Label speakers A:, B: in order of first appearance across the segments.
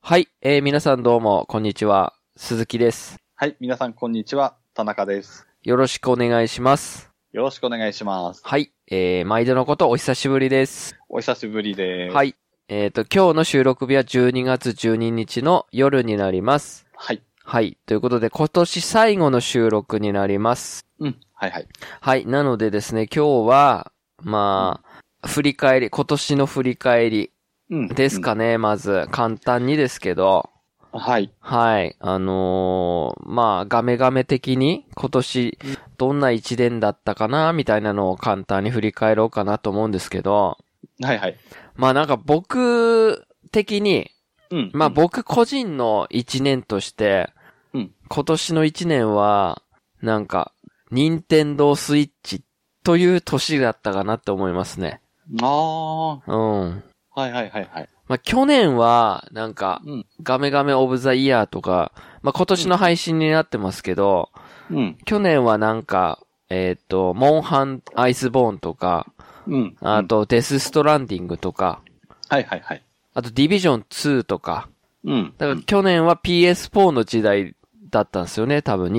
A: はい、えー皆さんどうも、こんにちは。鈴木です。
B: はい、皆さんこんにちは、田中です。
A: よろしくお願いします。
B: よろしくお願いします。
A: はい、えー、毎度のことお久しぶりです。
B: お久しぶりです。。
A: はいい、えっ、と、今日の収録日は12月12日の夜になります。
B: はい。
A: はい、ということで今年最後の収録になります。
B: うん。はいはい。
A: はい、なのでですね、今日は、まあ、振り返り、今年の振り返り
B: うん
A: です、かね、まず、簡単にですけど、
B: うんはい。
A: はい。あのーまあ、ガメガメ的に今年どんな一年だったかな、みたいなのを簡単に振り返ろうかなと思うんですけど、
B: はいはい。
A: まあなんか僕的に、
B: うん。
A: まあ、僕個人の一年として、
B: うん
A: 今年の一年は、なんか、任天堂スイッチという年だったかなって思いますね。
B: あ
A: うん。
B: あ、はいはいはいはい。
A: まあ、去年は、なんか、
B: うん
A: ガメガメオブザイヤーとか、まあ、今年の配信になってますけど、
B: うん。
A: 去年はなんか、えっ、と、モンハン、アイスボーンとか、
B: うん。
A: あと、デスストランディングとか、
B: うん、はいはいはい。
A: あと、ディビジョン2とか。
B: うん。
A: だから、去年は PS4 の時代だったんですよね、多分、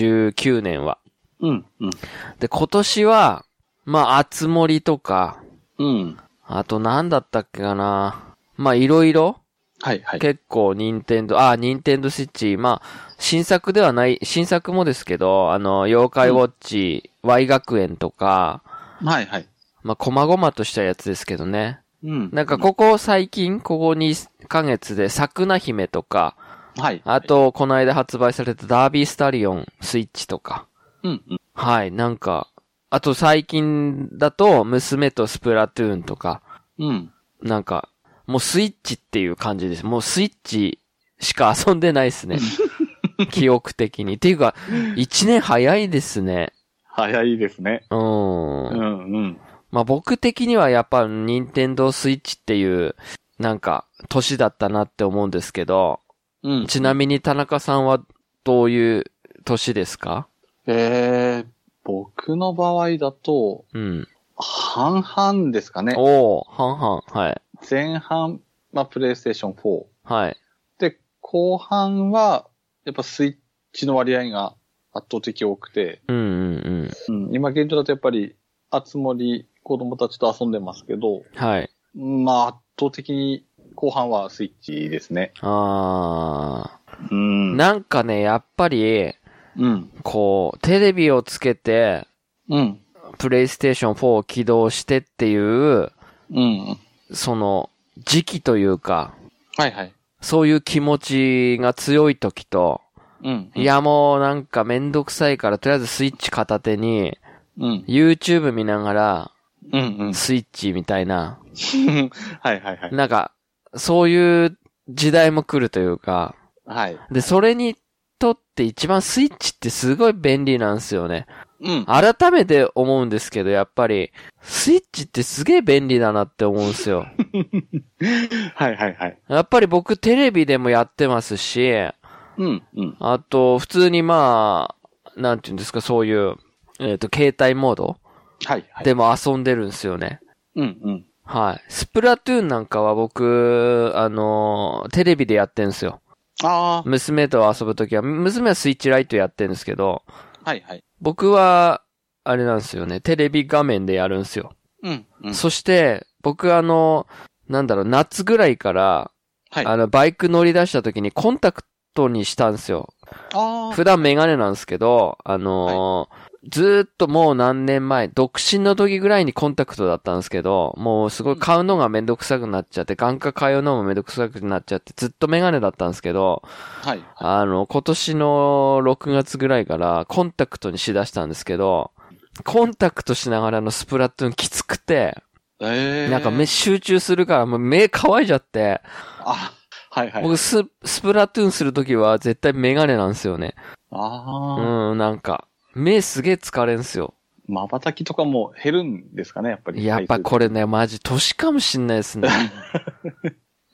A: 2019年は。
B: うん。うん。
A: で、今年は、まあ、あつ森とか、
B: うん。
A: あと、なんだったっけかな。まあ、いろいろ、
B: はいはい。
A: 結構、ニンテンド、あ、ニンテンドスイッチ、まあ、新作ではない、新作もですけど、あの、妖怪ウォッチ、Y 学園とか、
B: はいはい。
A: まあ、こまごまとしたやつですけどね。
B: うん。
A: なんか、ここ最近、ここ2ヶ月で、桜姫とか、
B: はい。
A: あ、と、この間発売されたダービースタリオンスイッチとか。
B: うん。うん
A: はい、なんか、あと最近だと、娘とスプラトゥーンとか、
B: うん。
A: なんか、もうスイッチっていう感じです。もうスイッチしか遊んでないですね。記憶的に。っていうか、1年早いですね。
B: 早いですね。
A: う
B: うんん。。うん。
A: まあ、僕的にはやっぱ、任天堂スイッチっていう、なんか、年だったなって思うんですけど、
B: うん。
A: ちな
B: み
A: みに田中さんはどういう年ですか
B: に。えー、僕の場合だと、
A: うん。
B: 半々ですかね。
A: おー、半々。はい。
B: 前半、まあ、プレイステーション4。
A: はい。
B: で、後半は、やっぱスイッチの割合が圧倒的多くて、
A: うんうん
B: うん、今現状だとやっぱり、あつ森子供たちと遊んでますけど、
A: うん。はい。
B: うんまあ圧倒的に後半はスイッチですね。
A: あ
B: うん。
A: ー。なんかね、やっぱり、
B: うん。
A: こう、テレビをつけて、
B: うん。
A: プレイステーション4を起動してっていう、
B: うん。
A: その、時期というか、
B: はいはい。
A: そういう気持ちが強い時と、
B: うん。
A: い、やもうなんかめんどくさいから、とりあえずスイッチ片手に、
B: うん。
A: YouTube 見ながら、
B: うんうん。
A: スイッチみたいな、
B: はいはいはい。
A: なんか、そういう時代も来るというか、
B: はい。
A: で、それにとって一番スイッチってすごい便利なんですよね。
B: うん。
A: 改めて思うんですけど、やっぱり、スイッチってすげえ便利だなって思うんです よ。
B: はいはいはい。
A: やっぱり僕テレビでもやってますし、
B: うん。うん。
A: あと、普通にまあ、なんていうんですか、そういう、えっ、と、携帯モード
B: はいはい。
A: でも遊んでるんですよね。
B: うんうん。
A: はい。スプラトゥーンなんかは僕、あのーテレビでやってるんですよ。
B: あ
A: 娘と遊ぶときは、娘はスイッチライトやってるんですけど、
B: あ。はいはい。
A: 僕は、あれなんですよね、テレビ画面でやるんですよ。
B: うん。うん。
A: そして、僕あの、なんだろう、夏ぐらいから、
B: はい。
A: あ
B: あ
A: の、バイク乗り出したときにコンタクトにしたんですよ。
B: あー。
A: 普段メガネなんですけど、あのーずーっともう何年前、独身の時ぐらいにコンタクトだったんですけど、もうすごい買うのがめんどくさくなっちゃって、眼科通うのもめんどくさくなっちゃって、ずっとメガネだったんですけど、
B: はい。
A: あの、今年の6月ぐらいからコンタクトにしだしたんですけど、コンタクトしながらのスプラトゥーンきつくて、
B: ええー。
A: なんか目集中するからもう目乾いちゃって、
B: あ、はいはい。
A: 僕ススプラトゥーンするときは絶対メガネなんですよね。
B: ああ、
A: うん、なんか、目すげえ疲れんすよ。
B: 瞬きとかも減るんですかね、やっぱり。
A: やっぱこれね、マジ年かもしんない ですね。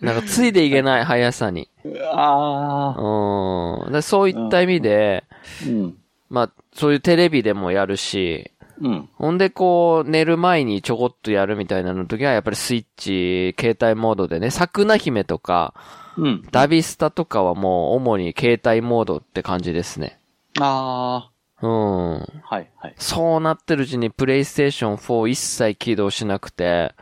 A: なんかついでいけない速さに。
B: 回数。
A: う
B: ああ、
A: ん。だからそういった意味で、
B: うん。
A: まあ、そういうテレビでもやるし、
B: うん。
A: ほんで、こう、寝る前にちょこっとやるみたいなの時は、やっぱりスイッチ、携帯モードでね、桜姫とか、
B: うん。
A: ダビスタとかはもう、主に携帯モードって感じですね。
B: あ
A: うん。
B: あ、はい、はい。
A: そうなってるうちに、プレイステーション4一切起動しなくて、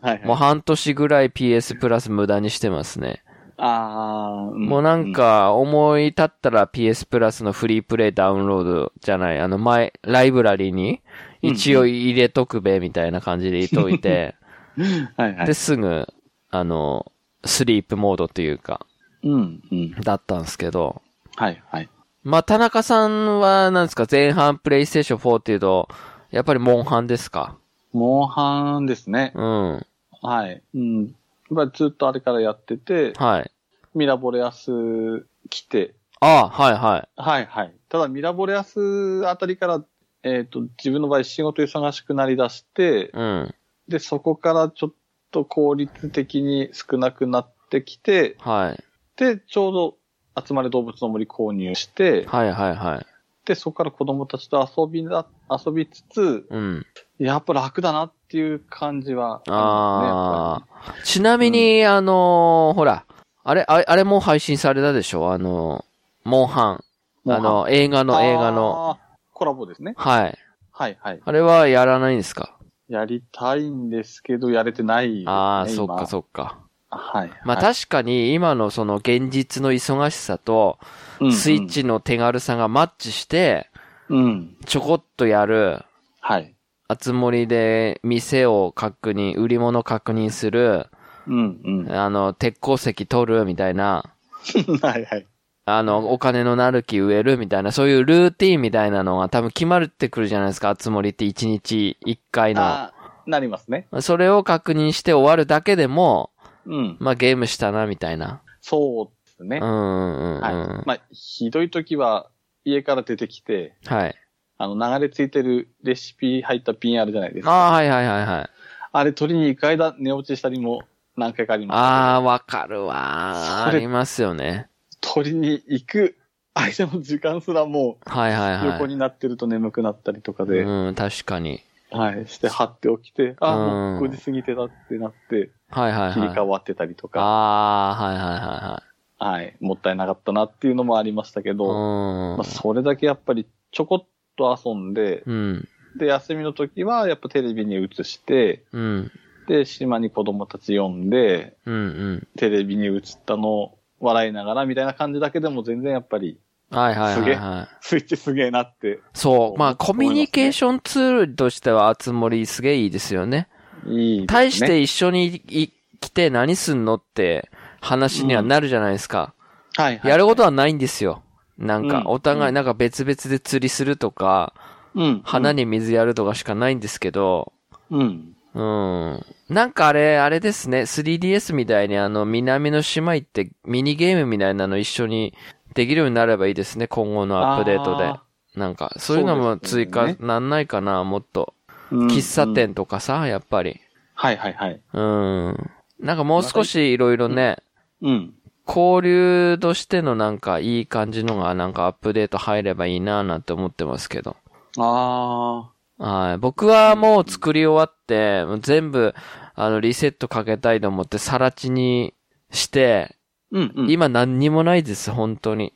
B: はい、
A: もう
B: はい。
A: 半年ぐらい PS プラス無駄にしてますね。
B: ああ、
A: もうなん、か、思い立ったら PS プラスのフリープレイダウンロードじゃない、あの前、ライブラリに一応入れとくべ、みたいな感じでいといて、
B: はい、はい
A: で、。すぐ、あの、スリープモードというか、
B: うん、うん。
A: だったんですけど、
B: はい、はい。
A: まあ、田中さんは、なんですか、前半プレイステーション4っていうと、やっぱりモンハンですか
B: モンハンですね。
A: うん。
B: はい。うん。まあ、ずっとあれからやってて、
A: はい。
B: ミラボレアス来て、
A: ああ、はいはい。
B: はいはい。ただ、ミラボレアスあたりから、えっ、と、自分の場合仕事忙しくなりだして、
A: うん。
B: で、そこからちょっと効率的に少なくなってきて、
A: はい。
B: で、ちょうど、集まれ動物の森購入して、
A: はいはいはい。
B: で、そこから子供たちと遊びだ、遊びつつ、
A: うん。
B: やっぱ楽だなっていう感じは
A: あ
B: あ
A: あ、ちなみに、あのーほら、あれ、あれ、あれもう配信されたでしょあのーモンハン。
B: りますね、やっぱり
A: あの、映画の、映画。の。
B: モンハンあーコラボですね。
A: はい。
B: はいはい。
A: あれはやらないんですか
B: やりたいんですけど、やれてないですね、
A: ああ、そっか
B: っ
A: そっか。
B: か。はい。
A: まあ
B: はい
A: 確かに今のその現実の忙しさと、
B: うん
A: スイッ。チの手軽さがマッチして、
B: うんうん。
A: ちょこっとやる、
B: はい。
A: あつ森で店を確認、売り物確認する、
B: うんうん。
A: あの、鉄鉱石取るみたいな、
B: はいはい。
A: あの、お金のなる木植えるみたいな、そういうルーティンみたいなのが多分決まってくるじゃないですか、あつ森って1日1回の。
B: あーなりますね。
A: それを確認して終わるだけでも、
B: うん。
A: まあゲームしたな、みたいな。
B: そうです
A: う
B: ね
A: ん。うんうんうん。
B: はい。まあ、ひどい時は、家から出てきて、
A: はい。
B: あの、流れ着いてるレシピ入ったピンあるじゃないです
A: あ
B: か。
A: あ、はいはいはいはい。
B: あれ取りに一回だ、寝落ちしたりも何回かあります、
A: ああ
B: あ。
A: ー、わかるわー。あ
B: それ
A: りますよね。
B: 取りに行く間の時間すらも、
A: はいはいうは
B: 横
A: い。
B: になってると眠くなったりとかで、
A: うん、確かに。
B: はい、して貼っておきて、あ、もう
A: うん
B: 5時過ぎてだってなって、
A: はいはい
B: 切り替
A: はい。
B: わってたりとか、
A: ああ、はいはいはいはい。
B: はい、もったいなかったなっていうのもありましたけ
A: う
B: ど、
A: ん
B: まあ、。それだけやっぱりちょこっと遊んで、
A: うん。
B: で、休みの時はやっぱテレビに映して、
A: うん。
B: で、島に子供たち呼んで、
A: うんうん。
B: テレビに映ったのを笑いながらみたいな感じだけでも全然やっぱり、
A: はいはい
B: す
A: は
B: げ
A: い
B: え
A: はい。
B: スイッチすげえなって、
A: そう。まあ、
B: 思います
A: コ
B: ね
A: ミュニケーションツールとしては、あつ森すげえいいですよね。
B: いいですね。
A: 対して一緒にい来て何すんのって話にはなるじゃないですか。
B: はいはい、
A: やることはないんですよ。なんか
B: う、ん
A: お互いなんか別々で釣りするとか、
B: うん、
A: 花に水やるとかしかないんですけど、
B: うん。
A: うん。なんかあれ、あれですね、3DS みたいにあの、南の島行ってミニゲームみたいなの一緒にできるようになればいいですね、今後のアップデートで。なんか、そういうのも追
B: そう
A: 加
B: です
A: なんないかな、もっと。
B: うん
A: 喫茶
B: うん
A: 店とかさ、やっぱり。
B: はいはいはい。
A: うん。なんかもう少しいろいろね、
B: うん。
A: 交流としてのなんかいい感じのがなんかアップデート入ればいいなぁなんて思ってますけど。
B: あ
A: はい。僕はもう作り終わって、もう全部、あの、リセットかけたいと思って、さら地にして、
B: ー。うん、うん。
A: 今何にもないです、本当 に。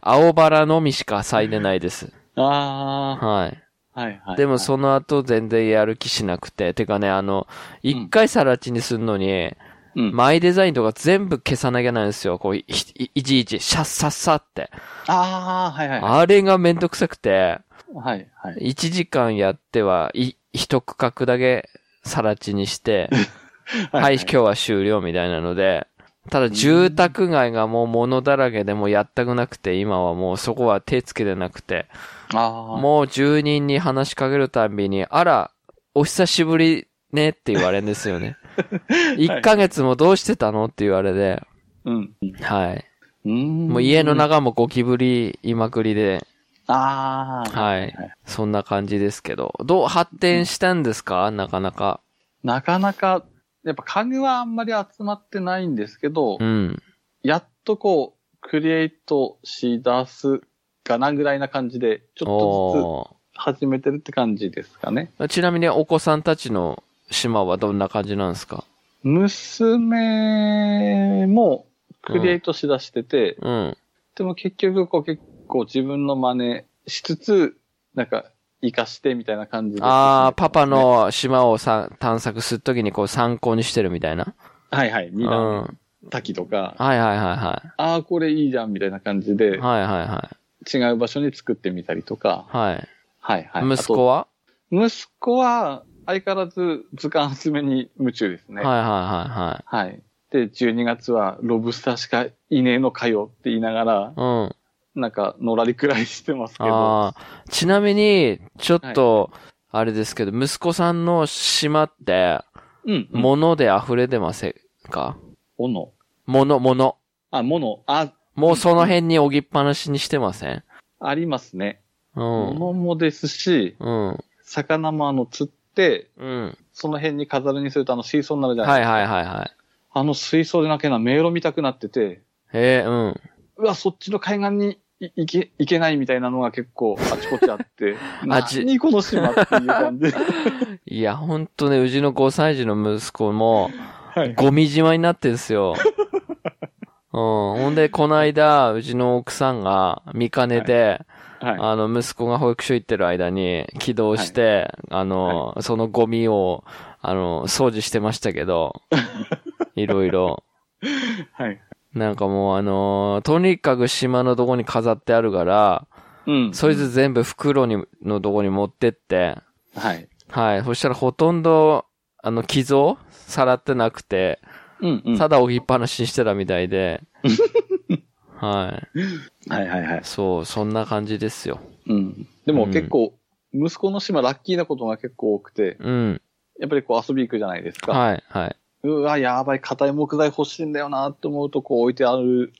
A: 青バラのみしか咲いてないです。
B: あ
A: はい。
B: あ。はいはい。
A: でも
B: う。
A: その後全然やる気しなくて。てかね、あの、一回さら地にすんのに、
B: うん。
A: マイデザインとか全部消さなきゃなんですよ。こう、いいいちいち、シャッサッサって。
B: ああ、はいはい。
A: あれがめんどくさくて、
B: はいはい。
A: 1時間やっては、い一区画だけさら地に して、はい、今日は終了みたいなので、ただ住宅街がもう物だらけでもうやったくなくて、今はもうそこは手つけてなくて、
B: ああ。
A: もう住人に話しかけるたんびに、あら、お久しぶりねって言われるんですよね。1ヶ月もどうしてたのって言われて、
B: うん。
A: はい。
B: うん。
A: もう家の。中もゴキブリいまくりで、
B: ああ。
A: はい。そんな感じですけど。どう、発展したんですかなかなか。
B: なかなか、やっぱ家具はあんまり集まってないんですけど
A: う、ん。
B: やっとこう、クリエイトし出すかなぐらいな感じで、ちょっ
A: おー
B: とずつ、始めてるって感じですかね。
A: ちなみにお子さんたちの島はどんな感じなんですか
B: 娘もクリエイトしだしてて、
A: うん。
B: でも結局こう結構自分の真似しつつ、なんか活かしてみたいな感じで、
A: ああ、パパ。の島をさ探索するときにこう参考にしてるみたいな。
B: はいはい、
A: う
B: ミ
A: ん。
B: ラ
A: はい
B: 滝とか、
A: はいはいは
B: ああ、これいいじゃんみたいな感じ
A: い。は
B: で、
A: いはいは
B: 違う場所に作ってみたりとか、
A: い。はい。
B: はいはい。
A: 息子
B: は
A: は
B: 息子は相変わらず図鑑集めに夢中ですね。
A: はいはいは
B: はい。で、12月はロブスターしかいねえのかよって言いながら、
A: いはい。うん。
B: なんか、のらりくらいしてますけど。
A: ああ。ちなみに、ちょっと、あれですけど、息子さんの島って、
B: うん。うん、
A: 物で溢れてませんか
B: 斧。
A: 物、物。
B: あ、物。あ、
A: もうその辺に置きっぱなしにしてません
B: ありますね。
A: うん。
B: 物もですし、
A: うん。
B: 魚もあの、釣って、
A: うん。
B: その辺に飾るにするとあの、水槽になるじゃな
A: はいい
B: ですか。
A: はいはいはい。
B: あの水槽でなけな迷路見たくなってて、
A: ええうん。
B: うわ、そっちの海岸にい行け、行けないみたいなのが結構あちこちあって、
A: あち
B: 何この島っていう感じ。
A: いや、ほんとね、うちの5歳児の息子も、
B: はい。
A: ゴミ島になってんす よ。うん。ほんで、この間、うちの奥さんが、見かねで、
B: はい。
A: あの、息子が保育所行ってる間に、起動して、あの、そのゴミを、あの、掃除してましたけ ど、いろいろ。
B: はい。
A: なんかもう、あの、とにかく島のとこに飾ってあるから、
B: うん。
A: そいつ全部袋に、のとこに持ってって、
B: はい。
A: はい。そしたらほとんど、あの、寄贈さらってなくて、
B: うん、うん。
A: た
B: はい
A: だ置きっぱなしにしてたみたい で。は
B: はいは
A: い。。
B: い
A: そう、そんな感じですよ。
B: うん。でも結構、息子の島ラッキーなことが結構多くて、
A: うん。
B: やっぱりこう遊び行くじゃないですか。
A: はい、はい。
B: うわ、やばい、硬い木材欲しいんだよなって思うとこう置いて ある、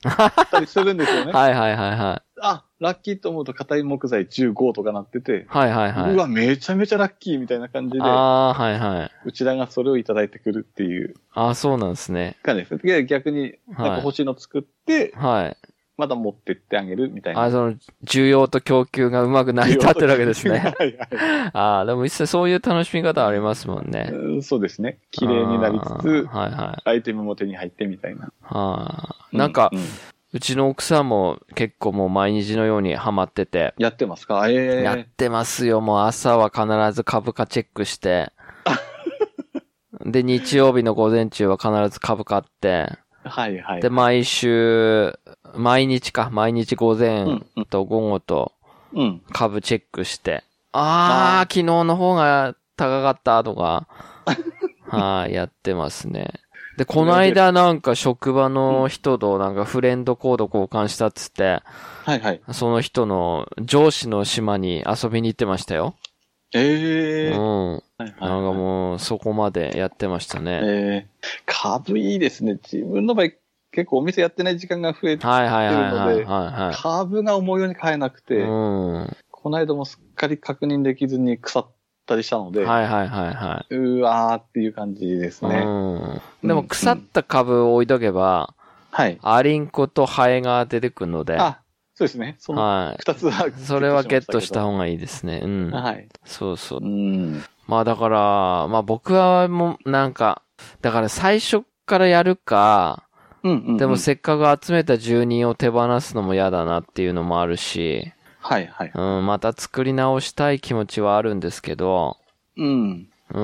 B: たりするんですよね。
A: はい、はい、はい、はい。
B: あ、ラッキーと思うと硬い木材15とかなってて、
A: はい、はい、は
B: う
A: い。
B: わ、めちゃめちゃラッキーみたいな感じで、
A: あー、はい、はい。
B: うちらがそれをいただいてくるっていう
A: あー、そうなんですね。
B: 感じです。で逆に、なんか欲しいの作って、
A: はい。
B: また持ってってあげるみたいな。
A: あーその、需要と供給がうまく成り立ってるわけですね。
B: はいはい
A: あー、でも一切そういう楽しみ方ありますもんね。
B: うんそうですね。綺麗になりつつ
A: あ、ーはい、はい。
B: アイテムも手に入ってみたいな。
A: は
B: う
A: い。なんか
B: う、
A: うちの奥さんも結構もう毎日のようにハマってて、
B: やってますかえ
A: やっ
B: え
A: てますよ。もう朝は必ず株価チェック して、で、日曜日の午前中は必ず株買って、
B: はいはい。
A: で、毎週、毎日か、毎日午
B: う
A: 前
B: んうん
A: と午後と
B: うん。
A: 株チェックして、あー、
B: あー
A: 昨日の方が高かったとか、 はい、やってますね。で、この間なんか職場の人となんかフレンドコード交換したっつって、
B: はいはい。
A: その人の上司の島に遊びに行ってましたよ。
B: ええ
A: うん。
B: はいはい
A: なんかもう、そこまでやってましたね。
B: ええ株いいですね。自分の場合、結構お店やってない時間が増えて、
A: はいはいはいはい
B: っていうので
A: はいは
B: 株が思うように買えなく
A: い。
B: て、
A: うん。はい
B: この間もすっかり確認できずに腐ったりしたので、
A: はいはいは
B: うわーっていう感じです
A: い。
B: ね。
A: うん。でも腐った株を置いとけば、
B: はい。
A: アリンコとハエが出てくるので、は
B: あ、そうですね。その
A: い。
B: 二つは、
A: それはゲットした方がいいですね。うん。
B: はい。
A: そうそう
B: う。ん。
A: まあだから、まあ僕はもうなんか、だから最初からやるか、
B: うん、うん。
A: でも、せっかく集めた住人を手放すのも嫌だなっていうのもあるし、
B: はいはい。
A: うん、また作り直したい気持ちはあるんですけど、
B: うん。
A: う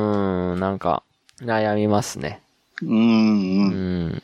A: ん、なんか、悩みますね。
B: うん、う。
A: うんん。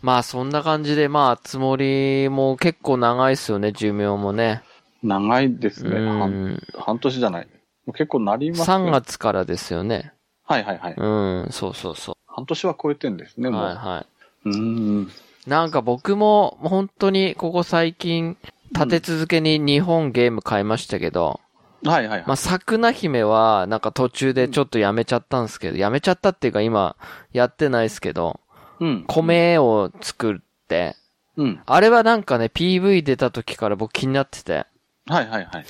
A: まあそんな感じで、まあ、つもりも結構長いっすよね、寿命もね。
B: 長いです
A: う
B: ね。半
A: ん。
B: 半年じゃない。もう結構なりますね。
A: 3。月からですよね。
B: はいはいはい。
A: うん、そうそうそ
B: 半年は超えてんですね、
A: う。
B: もう。
A: はいはい。
B: うん。
A: なんか僕も本当にここ最近立て続けに日本ゲーム買いましたけど、
B: はいはい
A: ま
B: は
A: あ、桜姫はなんか途中でちょっとやめちゃったんですけど、やめちゃったっていうか今やってないですけど、
B: い。うん。
A: 米を作って、
B: うん。
A: あれはなんかね、PV 出た時から僕気になってて、
B: はいはいはい。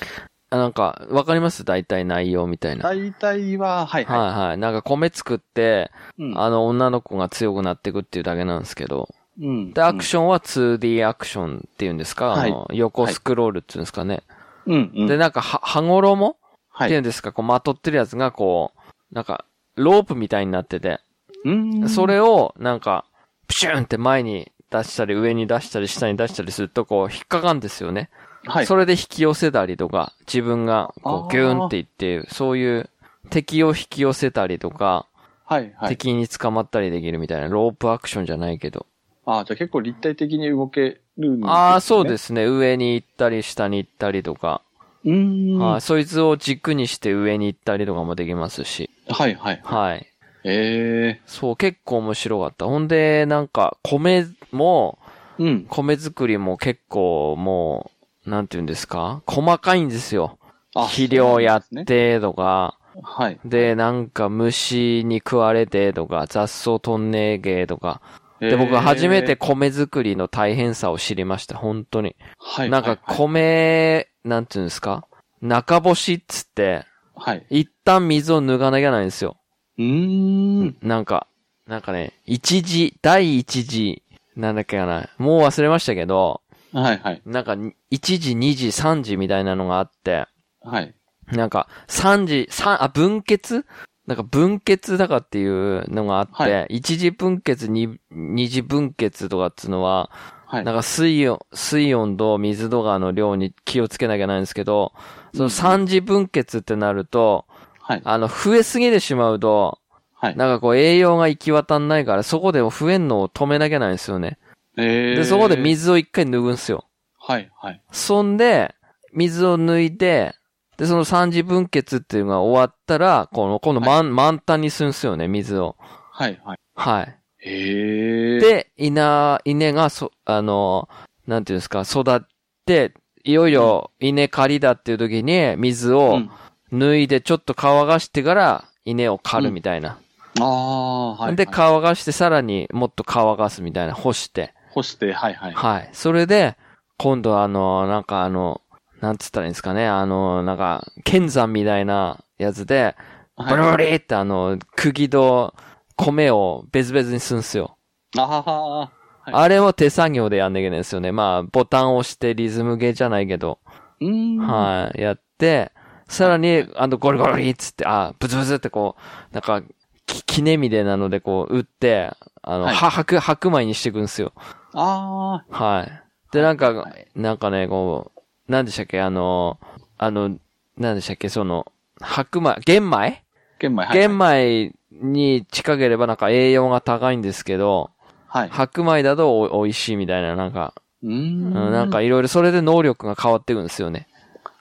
A: あなんかわかります大体内容みたいな。はい
B: 大体は、はいは
A: はい。なんか米作って、
B: い。うん
A: あの女の子が強くなっていくっていうだけなんですけど、
B: うん
A: で、アクションは 2D アクションっていうんですか、あの、横スクロールっていうんですかね。
B: うん。うん。
A: で、なんかは、羽衣
B: は
A: ってい
B: い。
A: うんですか、こう、まとってるやつが、こう、なんか、ロープみたいになってて、
B: うん
A: それを、なんか、プシュンって前に出したり、上に出したり、下に出したりすると、こう、引っかかんですよね。
B: はい。
A: それで引き寄せたりとか、自分が、こ
B: あー
A: う、ギューンっていって、そういう、敵を引き寄せたりとか、
B: はい。はい。
A: 敵に捕まったりできるみたいな、ロープアクションじゃないけど。
B: ああ、じゃあ結構立体的に動けるんですね。。
A: ああ、そうですすね。上に行ったり、下に行ったりとか、
B: うーん。
A: は、
B: はい
A: そいつを軸にして上に行ったりとかもできますし、
B: い、はい。
A: はい。
B: ええ
A: そう、結構面白かった。ほんで、なんか、米も、
B: うん。
A: 米作りも結構もう、なんて言うんですか細かいんですよ。
B: あ
A: 肥料や
B: そうなん
A: っ
B: ですね
A: てとか、
B: はい。
A: で、なんか虫に食われてとか、雑草とんねえげとか。
B: え
A: で、
B: え
A: 僕は初めて、米作りの大変さを知りました、本当に。
B: はい。
A: なんか
B: はい
A: 米、なんて言うんですか中干しっつって、
B: はい。はい。
A: 一旦水を脱がなきゃないんですよ。
B: うーん。
A: なんか、なんかね、一時、第一時、なんだっけかな、もう忘れましたけど、
B: はい、はい。
A: なんか、一時、二時、三時みたいなのがあって、
B: はい。
A: なんか、三時、三、あ、分血なんか分血だかっていうのがあって、
B: は
A: 一時分血、二二次分血とかっていうのは、
B: はい。
A: なんか水温、水温と水とかの量に気をつけなきゃいけないんですけど、その三次分血ってなると、
B: はい。
A: あの、増えすぎてしまうと、
B: はい。
A: なんかこう栄養が行き渡んないから、そこで増えんのを止めなきゃないんですよね。
B: ええ
A: で、そこで。水を一回脱ぐんですよ。
B: はい、はい。
A: そんで、水を抜いて、で、その三次分血っていうのが終わったら、この、今度満、満タンにするんですよね、水を。
B: はい、はい。
A: はい。
B: ええ
A: で、稲、稲が、そ、あの、なんていうんですか、育って、いよいよ稲刈りだっていう時に、水
B: う
A: を
B: ん、
A: 脱いでちょっと乾かしてから、稲を刈るみたいな。
B: ああ、はいはい。
A: で、乾かしてさらにもっと乾かすみたいな、干して。
B: 干して、はいはい。
A: はい。それで、今度はあの、なんかあの、なんつったらいいんですかね、あの、なんか、剣山みたいなやつで、
B: は
A: ブリブリってあの、釘と米を別々にするんすよ。
B: あはい
A: あれを手作業でやんなきゃいけないんですよね。まあ、ボタンを押してリズムゲーじゃないけど、
B: あ、うーん。
A: はい、やって、さら
B: は
A: に
B: い、
A: あの、ゴリゴリっつって、あ、ブツブツってこう、なんか、き、きねみでなのでこう、打って、あの、
B: はい
A: は、白、白米にしていくんですよ。
B: あ
A: はい。で、なんか、
B: はい
A: なんかね、こう、なんでしたっけ、あの、あの、なんでしたっけ、その、白米、玄米、
B: あ、玄米、はい。
A: 玄。米に近ければなんか栄養が高いんですけど、
B: はい。
A: 白米だとお美味しいみたいな、なんか、
B: うー
A: うんん、なんか、いろいろそれで能力が変わっていくんですよね。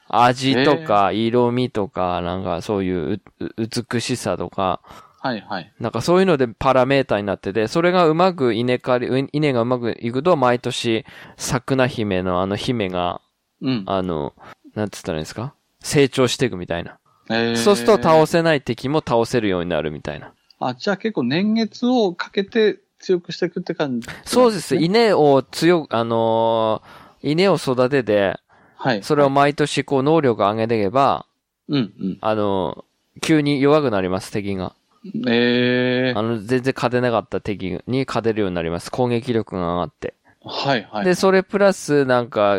A: 味とか、色味とか、なんかそういううう美しさとか、
B: はいはい。
A: なんかそういうのでパラメーターになってて、それがうまく稲刈り、稲がうまくいくと、毎年、桜姫のあの姫が、
B: うん。
A: あの、なんつったらいいんですか成長していくみたいな。
B: えー
A: そうすると倒せない敵も倒せるようになるみたいな。
B: あ、じゃあ結構年月をかけて強くしていくって感じ、
A: そうです。。稲を強く、あのー稲を育てて、
B: はい。
A: それを毎年こう能力を上げていけば、
B: うんうん。
A: あのー急に弱くなります、敵が。
B: ええ
A: あの、全然勝てなかった敵に勝てるようになります。攻撃力が上がって。
B: はいはい。
A: で、それプラス、なんか、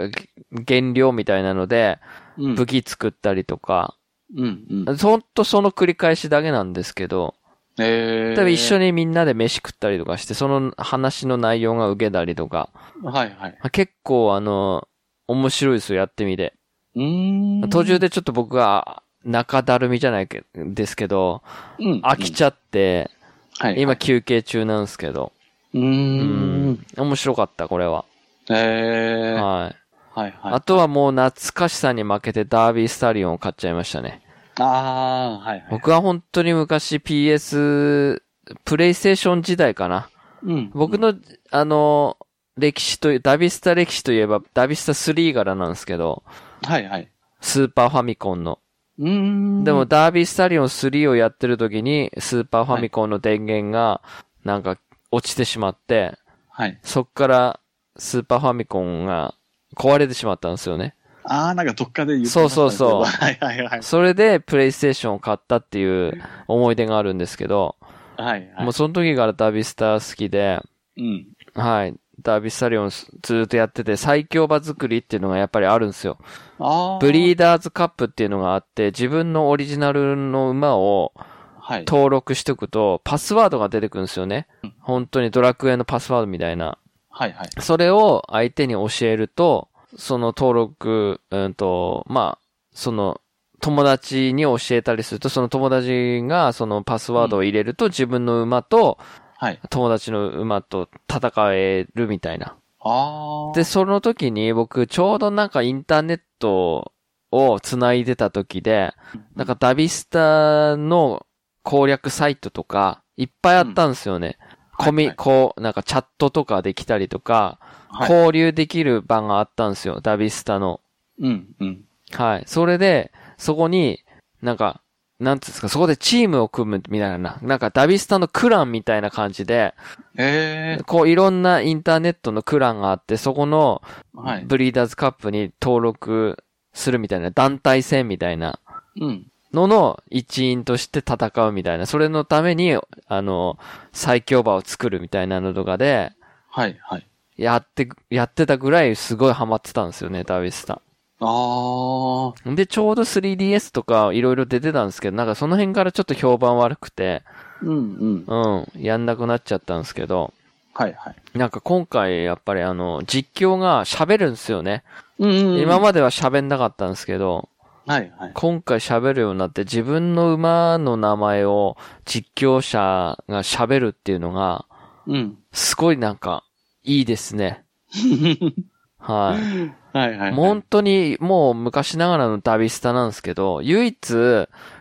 A: 原料みたいなので、
B: うん、
A: 武器作ったりとか、
B: うんうん。
A: ほんとその繰り返しだけなんですけど、
B: ええ
A: 例えば一緒
B: に。
A: にみんなで飯食ったりとかして、その話の内容が受けたりとか、
B: はいはい。
A: 結構あの、面白いですよ、やってみて。
B: うーん。
A: 途中でちょっと僕が中だるみじゃないけですけど、
B: うん、うん。
A: 飽きちゃって、
B: はい。
A: 今休憩中なんですけど、
B: うー。
A: うんん、面白かった、これは。
B: え
A: はい。
B: えはいはい。
A: あとはもう懐かしさに負けてダービースタリオンを買っちゃいましたね。
B: ああー、はいはい。
A: 僕は本当に昔 PS、プレイステーション時代かな。
B: うん。
A: 僕の、あの、歴史という、ダビスタ歴史といえば、ダビスタ3柄なんですけど、
B: はいはい。
A: スーパーファミコンの。
B: うーん。
A: でも、、ダービースタリオン3をやってる時に、スーパーファミコンの電源が、なんか、落ちてしまって、
B: はい。
A: そっから、スーパーファミコンが壊れてしまったんですよね。
B: ああ、なんかどっかで言って
A: そうそうそう
B: ましたねはいはいはい。
A: それで、プレイステーションを買ったっていう思い出があるんですけど、
B: はいはい。
A: もうその時からダビスタ好きで、
B: うん。
A: はい。ダービスタリオンずーっとやってて、最強馬作りっていうのがやっぱりあるんですよ。
B: ああ。
A: ブリー
B: ー。
A: ダーズカップっていうのがあって、自分のオリジナルの馬を
B: はい。
A: 登録しておくと、パスワードが出てくるんですよね
B: うん。
A: 本当にドラクエのパスワードみたいな。
B: はいはい。
A: それを相手に教えると、その登録、うんと、まあ、その、友達に教えたりすると、その友達がそのパスワードを入れると、自分の馬と、
B: はい。
A: 友達の馬と戦えるみたいな。
B: ああ。
A: で、その時に僕、ちょうどなんかインターネットを繋いでた時で、なんかダビスタの攻略サイトとか、いっぱいあったんですよね。
B: うん
A: コミ、
B: はいはい
A: こう、なんかチャットとかできたりとか、
B: はい。
A: 交流できる場があったんですよ、ダビスタの。
B: うん、うん。
A: はい。それで、そこに、なんか、なんつうんですか、そこでチームを組むみたいな、なんかダビスタのクランみたいな感じで、
B: ええ
A: こういろんなインターネットのクランがあって、そこの
B: はい。
A: ブリーダーズカップに登録するみたいな、団体戦みたいな
B: うん。
A: のの一員として戦うみたいな、それのために、あの、最強馬を作るみたいなのとかで、
B: はい、はい。
A: やって、やってたぐらいすごいハマってたんですよね、ダビスタ。
B: ああ。
A: で、ちょうど 3DS とかいろいろ出てたんですけど、なんかその辺からちょっと評判悪くて、
B: うん、うん。
A: うん、やんなくなっちゃったんですけど、
B: はい、はい。
A: なんか今回やっぱりあの、実況が喋るんですよね。
B: うん、うん。
A: 今までは喋んなかったんですけど、
B: はい、はい。
A: 今回喋るようになって自分の馬の名前を実況者が喋るっていうのが、
B: うん。
A: すごいなんか、いいですね。はい。
B: はい、はいはい。
A: 本当にもう昔ながらのダビスタなんですけど、唯一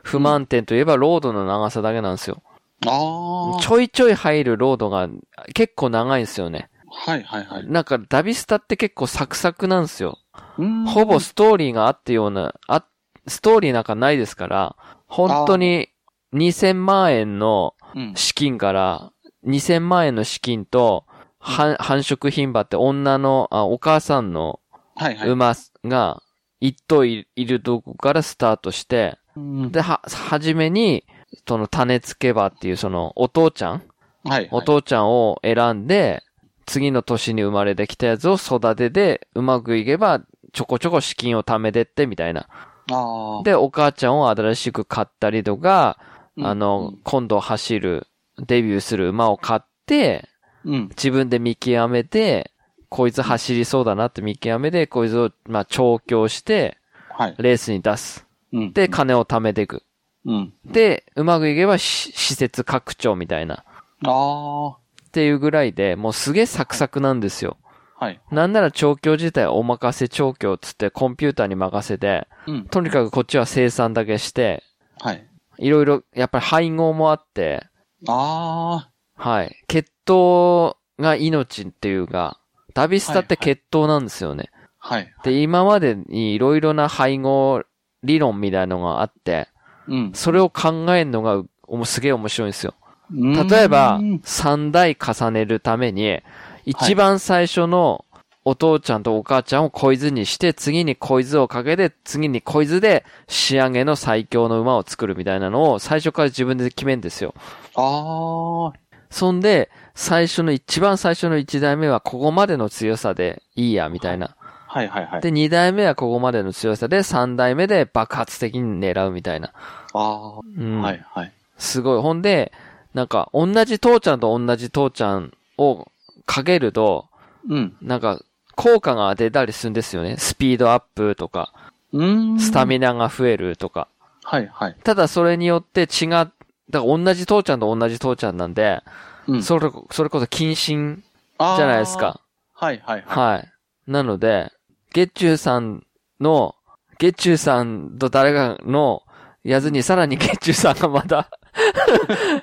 A: 不満点といえばロードの長さだけなんですよ。
B: ああ。
A: ちょいちょい入るロードが結構長いんですよね。
B: はい、はい、はい。
A: なんかダビスタって結構サクサクなんですよ。
B: うん
A: ほぼストーリーがあってような、あ、ストーリーなんかないですから、本当に2000万円の
B: うん。
A: 資金から、2000万円の資金と、は繁殖牝馬って女の、あ、お母さんの
B: はい、はい。
A: 馬が一頭いるとこからスタートして、
B: うん
A: で、は、はじめに、その種付け馬っていうそのお父ちゃん、
B: はい。
A: お父ちゃんを選んで、次の年に生まれてきたやつを育てで、うまくいけば、ちょこちょこ資金を貯めてってみたいな。
B: ああ。
A: で、お母ちゃんを新しく買ったりとか、
B: うん
A: あの、、今度走る、デビューする馬を買って、
B: うん。
A: 自分で見極めて、こいつ走りそうだなって見極めて、こいつを、まあ、調教して、
B: はい。
A: レースに出す。
B: うん。
A: で、金を貯めていく。
B: うん。
A: で、うまくいけばし施設拡張みたいな。
B: ああ。
A: っ
B: は
A: ていうぐらいで、もうすげえサクサクなんですよ。
B: い。
A: なんなら調教自体お任せ調教っつってコンピューターに任せて、
B: うん。
A: とにかくこっちは生産だけして、
B: はい。
A: いろいろやっぱり配合もあって、
B: あ
A: はい。血統が命っていうか、ダビスタって
B: はいは
A: 血統なんですよね。
B: あ。はい。
A: で、今までにいろいろな配合理論みたいのがあって、
B: うん。
A: それを考えるのがおもすげえ面白いんですよ。例
B: 例
A: えば、3代重ねるために、一番最初のお父ちゃんとお母ちゃんを小ズにして、次に小ズをかけて、次に小ズで仕上げの最強の馬を作るみたいなのを最初から自分で決めんですよ。
B: ああ。
A: そんで、最初の、一番最初の1代目はここまでの強さでいいや、みたいな。
B: はいはいはい。
A: で、2代目はここまでの強さで、3代目で爆発的に狙うみたいな。
B: あ
A: う
B: あ。
A: ん。
B: はいはい。
A: すごい。ほんで、なんか、同じ父ちゃんと同じ父ちゃんをかけると、
B: うん。
A: なんか、効果が出たりするんですよね。スピードアップとか、
B: うん。
A: スタ
B: ミ
A: ミナが増えるとか。
B: はいはい。
A: ただ、それによって血が、だから同じ父ちゃんと同じ父ちゃんなんで、
B: うん。
A: それこ、それこそ謹慎
B: じ
A: じゃないです。か。
B: はいはいはい。
A: はい。なので、月中さんの、月中さんと誰かのやずにさらに月中さんがまた、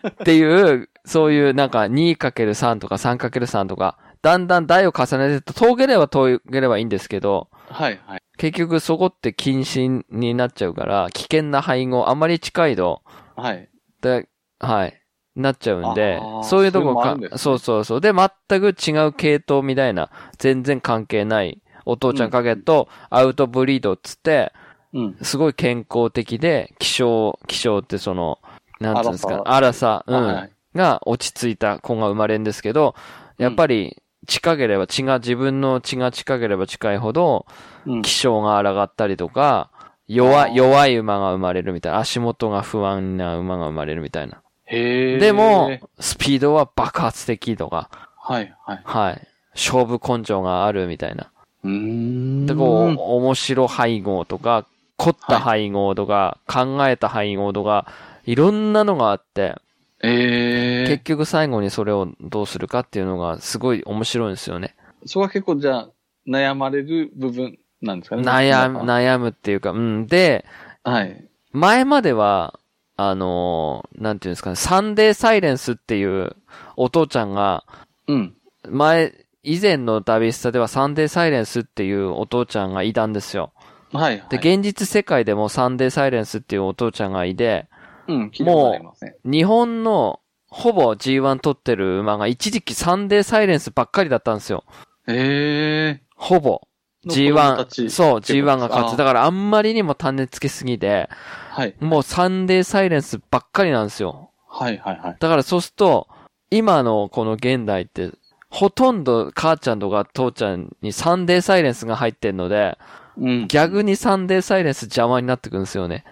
A: っていう、そういうなんか 2×3 とか 3×3 とか、だんだん台を重ねていくと、遠ければ遠ければいいんですけど、
B: はいはい。
A: 結局そこって謹慎になっちゃうから、危険な配合、あまり近いと、
B: はい。
A: で、はい、なっちゃうんで
B: あー、
A: そういうとこ
B: そういうのもあ
A: か
B: るんですね
A: そうそうそう。で、全く違う系統みたいな、全然関係ない、お父ちゃんかけと、アウトブリードっつって、
B: うん。
A: すごい健康的で、気象、気象ってその、なんつうんですか、
B: 荒
A: 荒さ、う
B: はいは
A: ん、が落ち着いた子が生まれるんですけど、やっぱり、近ければ血が、自分の血が近ければ近いほど、
B: うん。
A: 気性が抗ったりとか、弱
B: あー
A: い、弱い馬が生まれるみたいな。足元が不安な馬が生まれるみたいな。
B: へえ。
A: でも、スピードは爆発的とか、
B: はい、はい。
A: はい。勝負根性があるみたいな。
B: うーん。
A: で、こう、面白配合とか、凝った配合とか、考えた配合とか、いろんなのがあって、
B: ええ
A: 結局最後にそれをどうするかっていうのがすごい面白いんですよね。
B: そこは結構じゃあ、悩まれる部分なんですかね。
A: 悩む、
B: な。
A: 悩むっていうか、うん。で、
B: はい。
A: 前までは、あのーなんていうんですかね、サンデーサイレンスっていうお父ちゃんが、
B: うん。
A: 前、以前の旅スタではサンデーサイレンスっていうお父ちゃんがいたんですよ。
B: はい、は
A: で、、
B: い。
A: 現実世界でもサンデーサイレンスっていうお父ちゃんがいて、
B: うん、聞いたことありますね。
A: 日本のほぼ G1 取ってる馬が一時期サンデーサイレンスばっかりだったんですよ。
B: ええ
A: ほぼ。
B: の子供たち
A: G1、そう、
B: ってことです
A: G1 が勝
B: あー
A: つ。だからあんまりにも種付けすぎて、
B: はい。
A: もうサンデーサイレンスばっかりなんですよ。
B: はい、はい、はい。
A: だからそうすると、今のこの現代って、ほとんど母ちゃんとか父ちゃんにサンデーサイレンスが入ってんので、
B: うん。
A: 逆にサンデーサイレンス邪魔になってくるんですよね。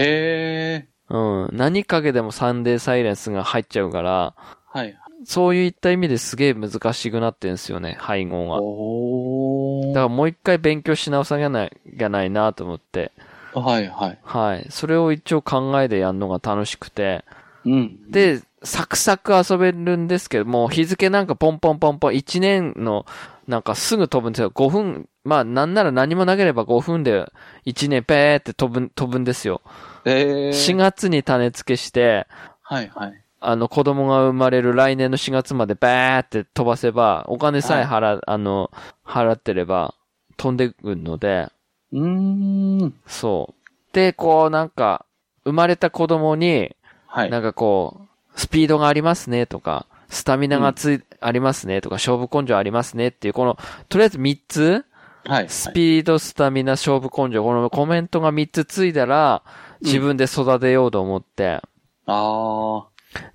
B: ええ
A: うん。何かけでもサンデーサイレンスが入っちゃうから、
B: はい。
A: そういった意味ですげえ難しくなってんですよね、配合が。
B: お
A: だ
B: ー
A: からもう一回勉強し直さなきゃないきゃないなと思って。
B: はい、はい。
A: はい。それを一応考えでやるのが楽しくて。
B: うん。、
A: で、サクサク遊べるんですけど、もう日付なんかポンポンポンポン、1年の、なんかすぐ飛ぶんですよ。5分、まあなんなら何もなければ5分で1年ペーって飛ぶん、飛ぶんですよ。
B: ええ
A: 4月に種付けして、
B: はい、はい。
A: あの子供が生まれる来年の4月までバーって飛ばせば、お金さえ払、あの、払ってれば飛んでくるので、
B: うーん。
A: そう。で、こうなんか、生まれた子供に、
B: はい。
A: なんかこう、スピードがありますねとか、スタミナがつい、ありますねとか、勝負根性ありますねっていう、この、とりあえず3つ、
B: はい。
A: スピード、スタミナ、勝負根性、このコメントが3つついたら、自分で育てようと思って、
B: ああ。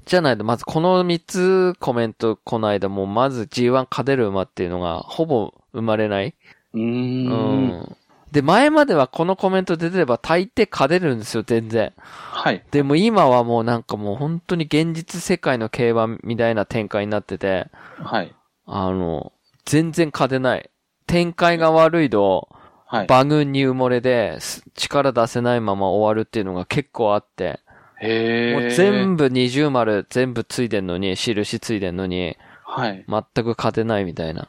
A: じゃないと、まずこの3つコメントこないだもう、まず G1 勝てる馬っていうのが、ほぼ生まれない。
B: うー。
A: うんん。で、前まではこのコメント出てれば大抵勝てるんですよ、全然。
B: はい。
A: でも今はもうなんかもう本当に現実世界の競馬みたいな展開になってて、
B: はい。
A: あの、全然勝てない。展開が悪いと、
B: はい。
A: 馬群に埋もれで、す力出せないまま終わるっていうのが結構あって、
B: へ
A: も
B: え。
A: う全部二重丸全部ついてんのに、印ついてんのに、
B: はい。
A: 全く勝てないみたいな。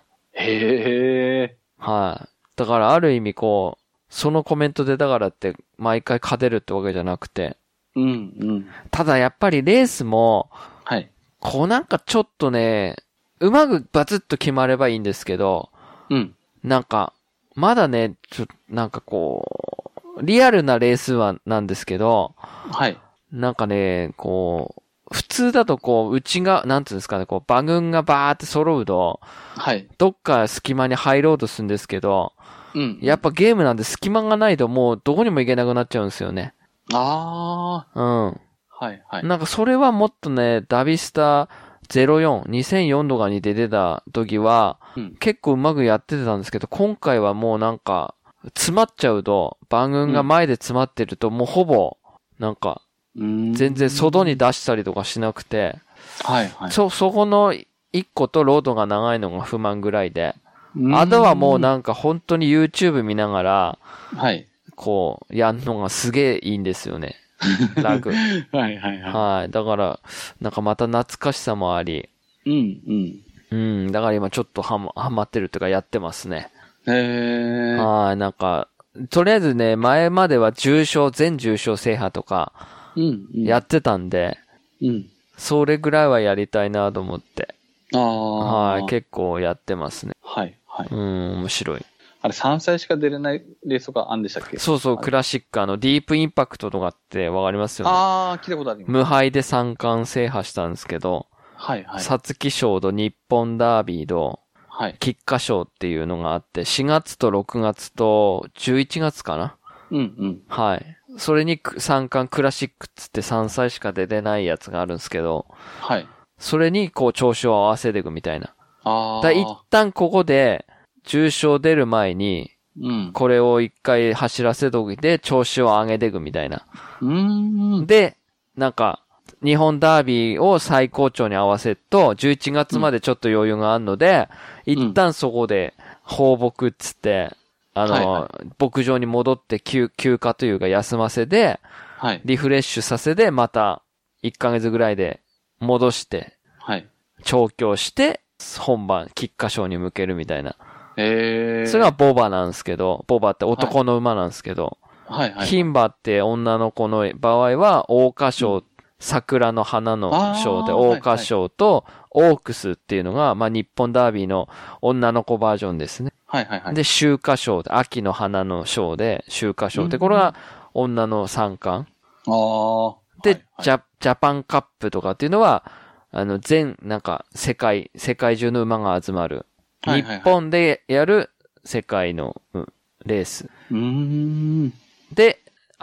B: へえ。
A: はい。だからある意味こう、そのコメント出たからって毎回勝てるってわけじゃなくて、
B: うん、うん。
A: ただやっぱりレースも、
B: はい。
A: こうなんかちょっとね、うまくバツッと決まればいいんですけど、
B: うん。
A: なんか、まだね、ちょ、なんかこう、リアルなレースはなんですけど、
B: はい。
A: なんかね、こう、普通だとこう、内が、なんていうんですかね、こう、馬群がバーって揃うと、
B: はい。
A: どっか隙間に入ろうとするんですけど、
B: うん。
A: やっぱゲームなんで隙間がないともうどこにも行けなくなっちゃうんですよね。
B: あ
A: うん。
B: あ。はい、はい。
A: なんかそれはもっとね、ダビスタ04、2004とかに出てた時は、
B: うん
A: 結構うまくやってたんですけど、今回はもうなんか、詰まっちゃうと、番組が前で詰まってると、もうほぼ、なんか、全
B: 全
A: 然外
B: に。
A: に出したりとかしなくて、
B: はい、はい。
A: そ、そこの一個とロードが長いのが不満ぐらいで、
B: うーん
A: あとはもう。なんか本当に YouTube 見ながら、
B: はい。
A: こう、やんのがすげえいいんですよ ね。楽。
B: はい、はい、は
A: はい。だから、なんかまた懐かしさもあり、
B: い。うん、うん。
A: うん、だから今ちょっとハマハマってるというかやってますね。
B: へえ。
A: はい、なんか、とりあえずね、前までは重症、全重症制覇とか
B: うん、うん。
A: やってたんで、
B: うん。
A: それぐらいはやりたいなと思って、
B: ああ。
A: はい、結構やってますね。
B: はい、はい。
A: うん、面白い。
B: あれ、3歳しか出れないレースとかあんでしたっけ
A: そうそう、
B: あ
A: クラシック、あの、ディープインパクトとかってわかりますよね。
B: ああ、聞いたことあります。
A: 無敗で三冠制覇したんですけど、
B: はい、はい。
A: 皐月賞と日本ダービーと、
B: はい。
A: 菊花賞っていうのがあって、4月と6月と11月かな
B: うん、うん。
A: はい。それにく三冠クラシックっつって3歳しか出てないやつがあるんですけど、
B: はい。
A: それにこう調子を合わせていくみたいな。
B: あ
A: だから一
B: あ。
A: 旦ここで、重症出る前に、
B: うん。
A: これを一回走らせといて、調子を上げていくみたいな。
B: うーん。
A: で、なんか、日本ダービーを最高潮に合わせると、11月までちょっと余裕があるので、
B: ん
A: 一旦そこで放牧っつって、あの、
B: はいは
A: 牧場に戻って休休暇というか休ませで、
B: はい。
A: リフレッシュさせで、また1ヶ月ぐらいで戻して、
B: はい。
A: 調教して、本番、菊花賞に向けるみたいな。
B: ええ。
A: それが、ボバなんですけど、ボバって男の馬なんですけど、
B: はいはい。
A: 牝馬って女の子の場合は、桜花賞、桜の花の賞で、
B: あー
A: 桜花賞と、オークスっていうのが、まあ、日本ダービーの女の子バージョンですね。
B: はいはいはい。
A: で、秋華賞で、秋の花の賞で、秋華賞
B: う
A: で、
B: ん
A: これが女の三冠。
B: ああ。
A: で、ジ
B: ゃ、
A: ャ、ジャパンカップとかっていうのは、あの、全、なんか、世界、世界中の馬が集まる。
B: はい
A: 日
B: はいはい
A: 本でやる世界の、うんレース。
B: うーん。
A: で、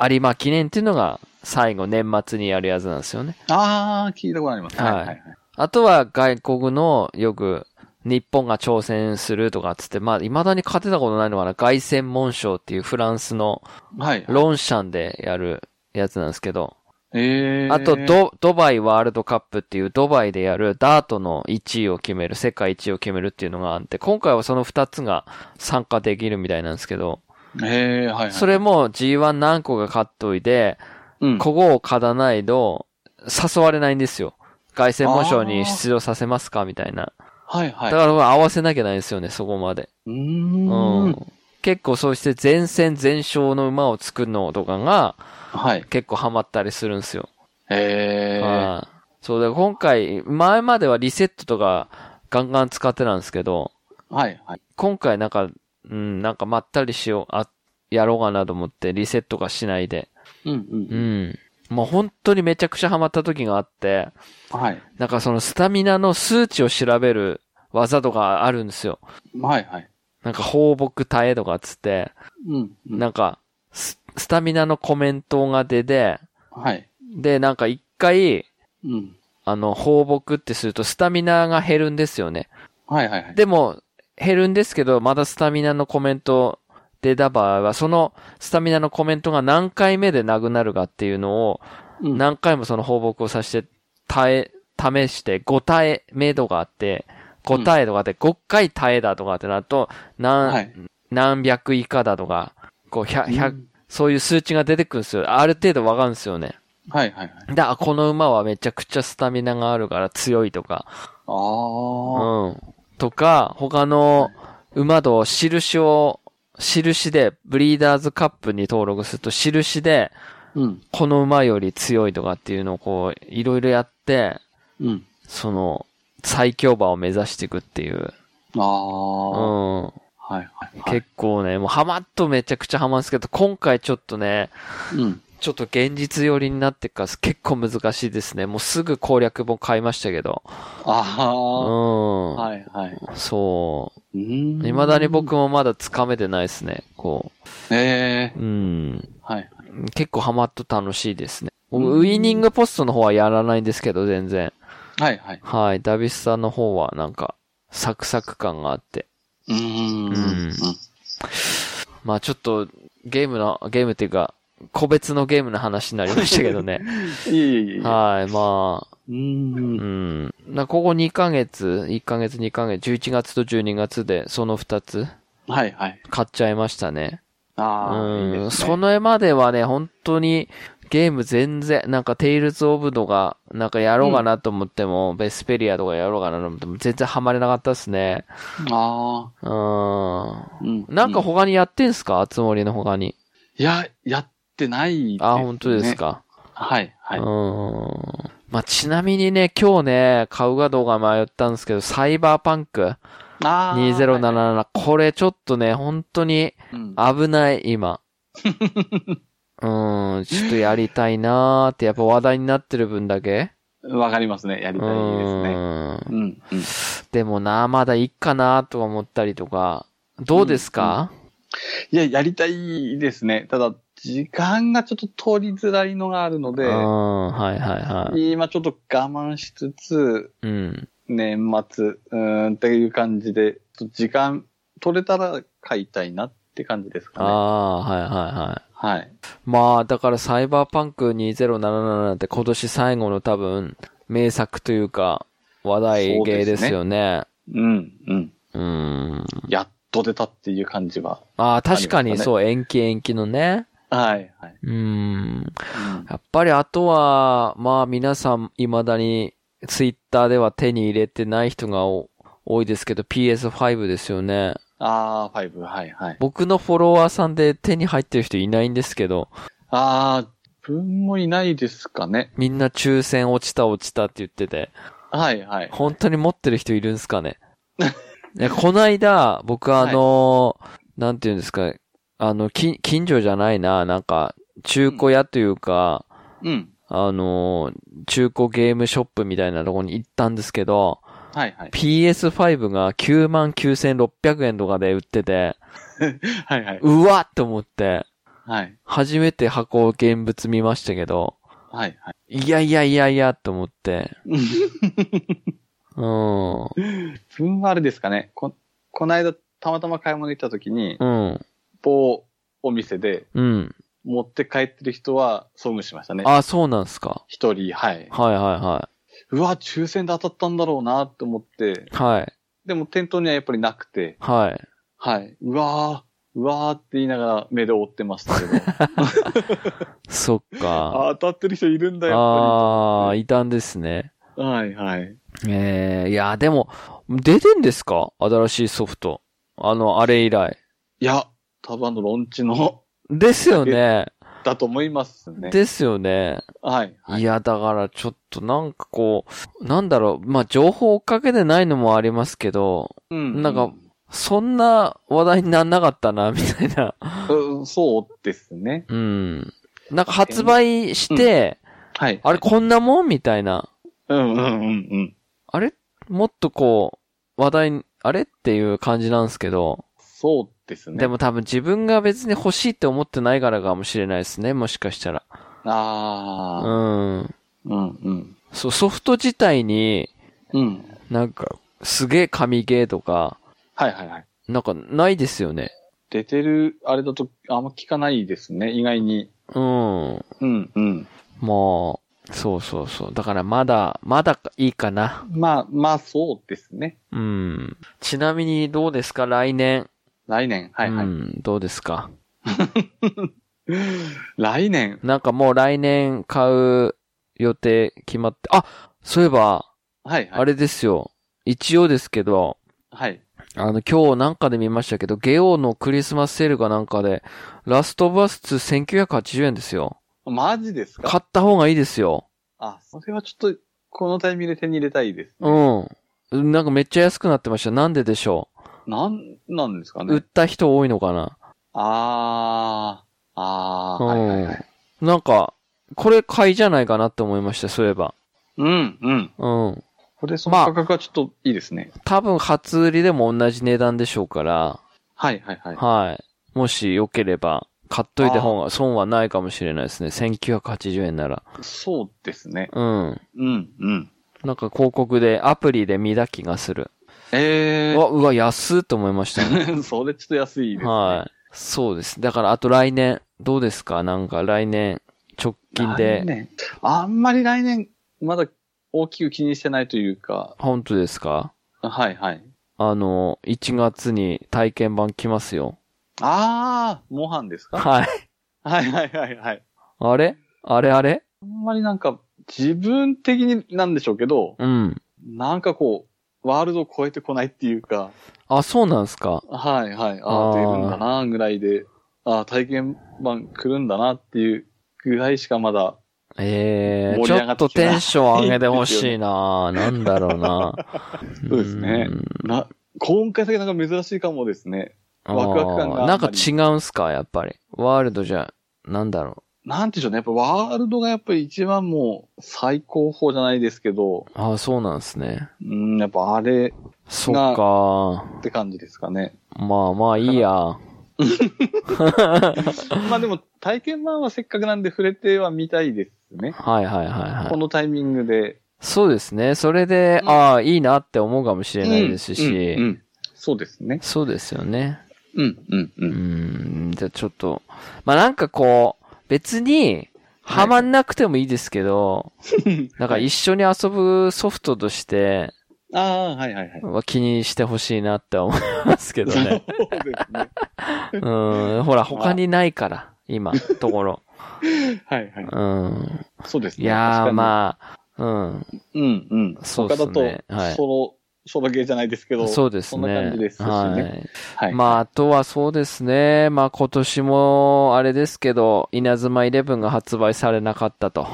A: 有馬記念っていうのが最後年末にやるやつなんですよね。
B: ああ、聞いたことあります。はい
A: はい
B: はいはい。
A: あとは外国のよく日本が挑戦するとかっつって、まあ未だに勝てたことないのかな。凱旋門賞っていうフランスの
B: はい。
A: ロンシャンでやるやつなんですけど、
B: ええ。
A: あとドドバイワールドカップっていうドバイでやるダートの1位を決める、世界1位を決めるっていうのがあって、今回はその2つが参加できるみたいなんですけど、
B: ええ、はいはい。
A: それも G1 何個か勝っといて、
B: うん、
A: ここを勝たないと、誘われないんですよ。凱旋門賞に出場させますかみたいな。
B: はいは
A: だ
B: い。
A: から合わせなきゃないんですよね、そこまで。
B: うー。
A: うんん。結構そうして前線前勝の馬を作るのとかが
B: はい。
A: 結構ハマったりするんですよ。
B: ええ。
A: はいそうだ、今回、前まではリセットとかガンガン使ってたんですけど、
B: はいはい。
A: 今回なんか、うん、なんかまったりしよう、あ、やろうかなと思ってリセットがしないで。
B: うん
A: う
B: うん
A: ん。もう本当にめちゃくちゃハマった時があって、
B: うん。はい。
A: なんかそのスタミナの数値を調べる技とかあるんですよ。
B: はいはい。
A: なんか放牧耐えとかっつって、
B: うん。うん
A: なんかス、スタミナのコメントが出て、
B: はい。
A: で、なんか一回、
B: うん。
A: あの、放牧ってするとスタミナが減るんですよね。
B: はいはいはい。
A: でも、減るんですけど、まだスタミナのコメント出た場合は、そのスタミナのコメントが何回目でなくなるかっていうのを、
B: うん
A: 何回もその放牧をさせて、耐え、試して、5耐え目とかあって、5耐えとかで5回耐えだとかってなると、何、
B: はい。
A: 何百以下だとか、こう、100、100そういう数値が出てくるんですよ。ある程度わかるんですよね。
B: はいはいはい。
A: だあこの馬はめちゃくちゃスタミナがあるから強いとか、
B: ああ。
A: うん。とか、他の馬と印を、印で、ブリーダーズカップに登録すると、印で、
B: うん。
A: この馬より強いとかっていうのをこう、いろいろやって、
B: うん。
A: その、最強馬を目指していくっていう。う
B: ああ。
A: ん。
B: はいはいはい。
A: 結構ね、もうハマっとめちゃくちゃハマるんですけど、今回ちょっとね、
B: うん。
A: ちょっと現実寄りになってから結構難しいですね。もうすぐ攻略本買いましたけど。う
B: ああ。
A: ん。
B: はいはい。
A: そうう。
B: ん。
A: 未だに。僕もまだ掴めてないですね。こ
B: え
A: う。
B: え。
A: うん。
B: はい。
A: 結構ハマっと楽しいですね。
B: うん
A: ウイニングポストの方はやらないんですけど、全然。
B: はいはい。
A: はい。ダビスさんの方はなんか、サクサク感があって。
B: うーん。
A: う
B: うんん。
A: まあちょっと、ゲームの、ゲームっていうか、個別のゲームの話になりましたけどね。
B: いえ いえいえ。
A: はい。まあ、
B: う。
A: うんん。なここ2ヶ月、1ヶ月2ヶ月、11月と12月で、その2つ、
B: はいはい。
A: 買っちゃいましたね。
B: ああ。いいで
A: うん、
B: すね
A: その絵まではね、本当にゲーム全然、なんかテイルズ・オブとか、なんかやろうかなと思っても、ベスペリアとかやろうかなと思っても、全然ハマれなかったですね。
B: あ
A: うん。
B: あ。うん。
A: なんか
B: う
A: 他にやってんすかあつ森の他に。
B: いや、やってない、
A: あ、本当です。か。
B: はいはい。
A: うん。まあ、ちなみにね、今日ね、買うかどうか迷ったんですけど、サイバーパンク
B: あー
A: 2077、これちょっとね、本当に
B: うん
A: 危ない、今。 うん、ちょっとやりたいなーって、やっぱ話題になってる分だけ。
B: わかりますね。やり
A: う
B: たいですね。
A: ーん。
B: うん。うん
A: でもな、まだいいかなとか思ったりとか。どうですか、
B: いや、やりたいですね。ただ、時間がちょっと通りづらいのがあるの
A: うん、
B: で、
A: はいはいはい。
B: 今ちょっと我慢しつつ、
A: うん。
B: 年末、うーん、っていう感じで、ちょっと時間取れたら買いたいなって感じです
A: あ
B: かね。
A: あ、はいはいはい。
B: はい。
A: まあ、だからサイバーパンク2077って今年最後の多分、名作というか、話題芸ですよね。
B: うん、うん。
A: うーん。
B: やっと出たっていう感じは。
A: ああ、確か
B: ありま
A: に
B: したね
A: そう、延期延期のね。
B: はい、はい。
A: うーん。
B: うん
A: やっぱりあとは、まあ皆さん未だにツイッターでは手に入れてない人がお多いですけど PS5 ですよね。
B: ああ、5、はい、はい。
A: 僕のフォロワーさんで手に入ってる人いないんですけど、
B: ああ、自分もいないですかね。
A: みんな抽選落ちた落ちたって言ってて、
B: はい、はい。
A: 本当に持ってる人いるんすかねいやこの間、僕あの、なんて言うんですか、あの、近近所じゃないな、なんか、中古屋というか、
B: うん。
A: あの、中古ゲームショップみたいなとこに行ったんですけど、
B: はい、 はい。
A: PS5 が99,600円とかで売ってて、
B: はい、はい。
A: うわっと思って、
B: はい、
A: 初めて箱を現物見ましたけど、
B: はい、はい。
A: いやいやいやいやと思って、
B: うん
A: う
B: 自分はあれですかね。こ、この間、たまたま買い物行った時に、
A: ん、うん、
B: 某お店で
A: うん。
B: 持って帰ってる人は遭遇しましたね。
A: あ、そうなんすか。
B: 一人、はい。
A: はいはいは
B: うわ、抽選で当たったんだろうなと思って、
A: い。はい、
B: でも店頭にはやっぱりなくて、
A: はい。
B: はい。うわー、うわーって言いながら目で追ってましたけ ど、
A: そっか。
B: あ当たってる人いるんだ、やっ
A: ああ、いたんですね。
B: ぱり。はい、はい。
A: ええいや、でも、出てんですか新しいソフト。あの、あれ以来。
B: いや、多分あの、ロンチの、
A: ですよね。
B: だと思いますね。
A: ですよね。
B: はい、はいい。
A: や、だからちょっとなんかこう、なんだろう、まあ、情報追っかけてないのもありますけど、
B: う
A: なんかそんな話題になんなかったな、みたいな。
B: うんそうですね。
A: うん。なんか発売して、
B: はい。
A: あれこんなもんみたいな。
B: うんうんうんうん。
A: あれもっとこう、話題に、あれっていう感じなんですけど、
B: そうですね。
A: でも多分自分が別に欲しいって思ってないからかもしれないですね、もしかしたら。
B: ああ、
A: うん。
B: うんうん。
A: そう、ソフト自体に、
B: うん。
A: なんか、すげえ神ゲーとか、
B: はいはいはい。
A: なんかないですよね。
B: 出てる、あれだとあんま聞かないですね、意外に。
A: うん。
B: うんうん。
A: もう、そうそうそう。だからまだ、まだいいかな。
B: まあ、まあそうですね。
A: うん。ちなみにどうですか来年。
B: 来年、はいはい。
A: うん、どうですか
B: 来年、
A: なんかもう来年買う予定決まって、あそういえば、
B: はいはい。
A: あれですよ。一応ですけど、
B: はい。
A: あの、今日なんかで見ましたけど、ゲオのクリスマスセールかなんかで、ラストバス2 1980円ですよ。
B: マジですか
A: 買った方がいいですよ。
B: あ、それはちょっと、このタイミングで手に入れたいです、ね。
A: うん。なんかめっちゃ安くなってました。なんででしょ
B: なん、なんですか
A: う売っ
B: ね。
A: た人多いのかな
B: ああ、ああ、はいはいはい。
A: なんか、これ買いじゃないかなって思いました、そういえば。
B: うんうん。
A: うん。
B: これ、その価格はちょっといいですね。
A: 多分初売りでも同じ値段でしょうから、
B: はいはいはい。
A: はい。もし良ければ、買っといた方が損はないかもしれないですね。1980円なら。
B: そうですね。
A: うん。
B: うんうん。
A: なんか広告で、アプリで見た気がする。
B: え
A: うわ、うわ、安っと思いましたね。
B: え、それちょっと安いですね。
A: はい。そうです。だから、あと来年、どうですかなんか来年、直近
B: 来
A: で。
B: 年あんまり来年、まだ大きく気にしてないというか、
A: 本当ですか
B: はいはい。
A: あの、1月に体験版来ますよ。
B: あー、モハンですか
A: はい。
B: はいはいはいはい。
A: あれあれあれ
B: あんまりなんか、自分的になんでしょうけど、
A: うん。
B: なんかこう、ワールドを超えてこないっていうか、
A: あ、そうなんすか。
B: はいはい、あ
A: あー
B: あ、出るんだな、ぐらいで、ああ、体験版来るんだなっていうぐらいしかまだ、
A: ええ
B: 盛
A: ち
B: り上
A: ょ
B: が
A: っ
B: っ
A: と
B: てきた
A: テンション上げてほしい ななんだろうな
B: そうですねな、今回だけなんか珍しいかもですね。
A: うん
B: ワクワク感があんまり
A: なんか違うんすかやっぱり。ワールドじゃ、なんだろ
B: なんていうんでしょうね。やっぱワールドがやっぱり一番もう最高峰じゃないですけど、
A: う。あ、そうなんすね。
B: うん、やっぱあれ
A: そっか
B: って感じですか ね。
A: まあまあいいや。
B: まあでも体験版はせっかくなんで触れてはみたいですね。
A: はいはいはいは
B: こ
A: い。
B: のタイミングで。
A: そうですね。それで、
B: うん
A: ああ、いいなって思うかもしれないですし、
B: うんうんそうですね。
A: そうですよね。
B: うん、うん、う。
A: うんん、じゃあちょっと、まあなんかこう、別に、
B: は
A: は
B: い
A: まんなくてもいいですけど、なんか
B: はい
A: 一緒に遊ぶソフトとして
B: ああ、はいはいはい。
A: は気にしてほしいなって思いますけど
B: そう
A: ね。
B: ですね。
A: うん、ほら他にないから、今、ところ。
B: はいはい。
A: うん。
B: そうです
A: い
B: ね。
A: やー、
B: あ。
A: まあ、うん。
B: うん、うん。
A: そうで
B: 他
A: す
B: だと
A: ね、はい
B: ソロ、ソロゲーじゃないですけど。
A: そうです
B: そんな感
A: ね
B: じです。しね
A: はい。
B: はい。
A: まあ、あとはそうですね。まあ、今年も、あれですけど、稲妻イレブンが発売されなかったと。
B: は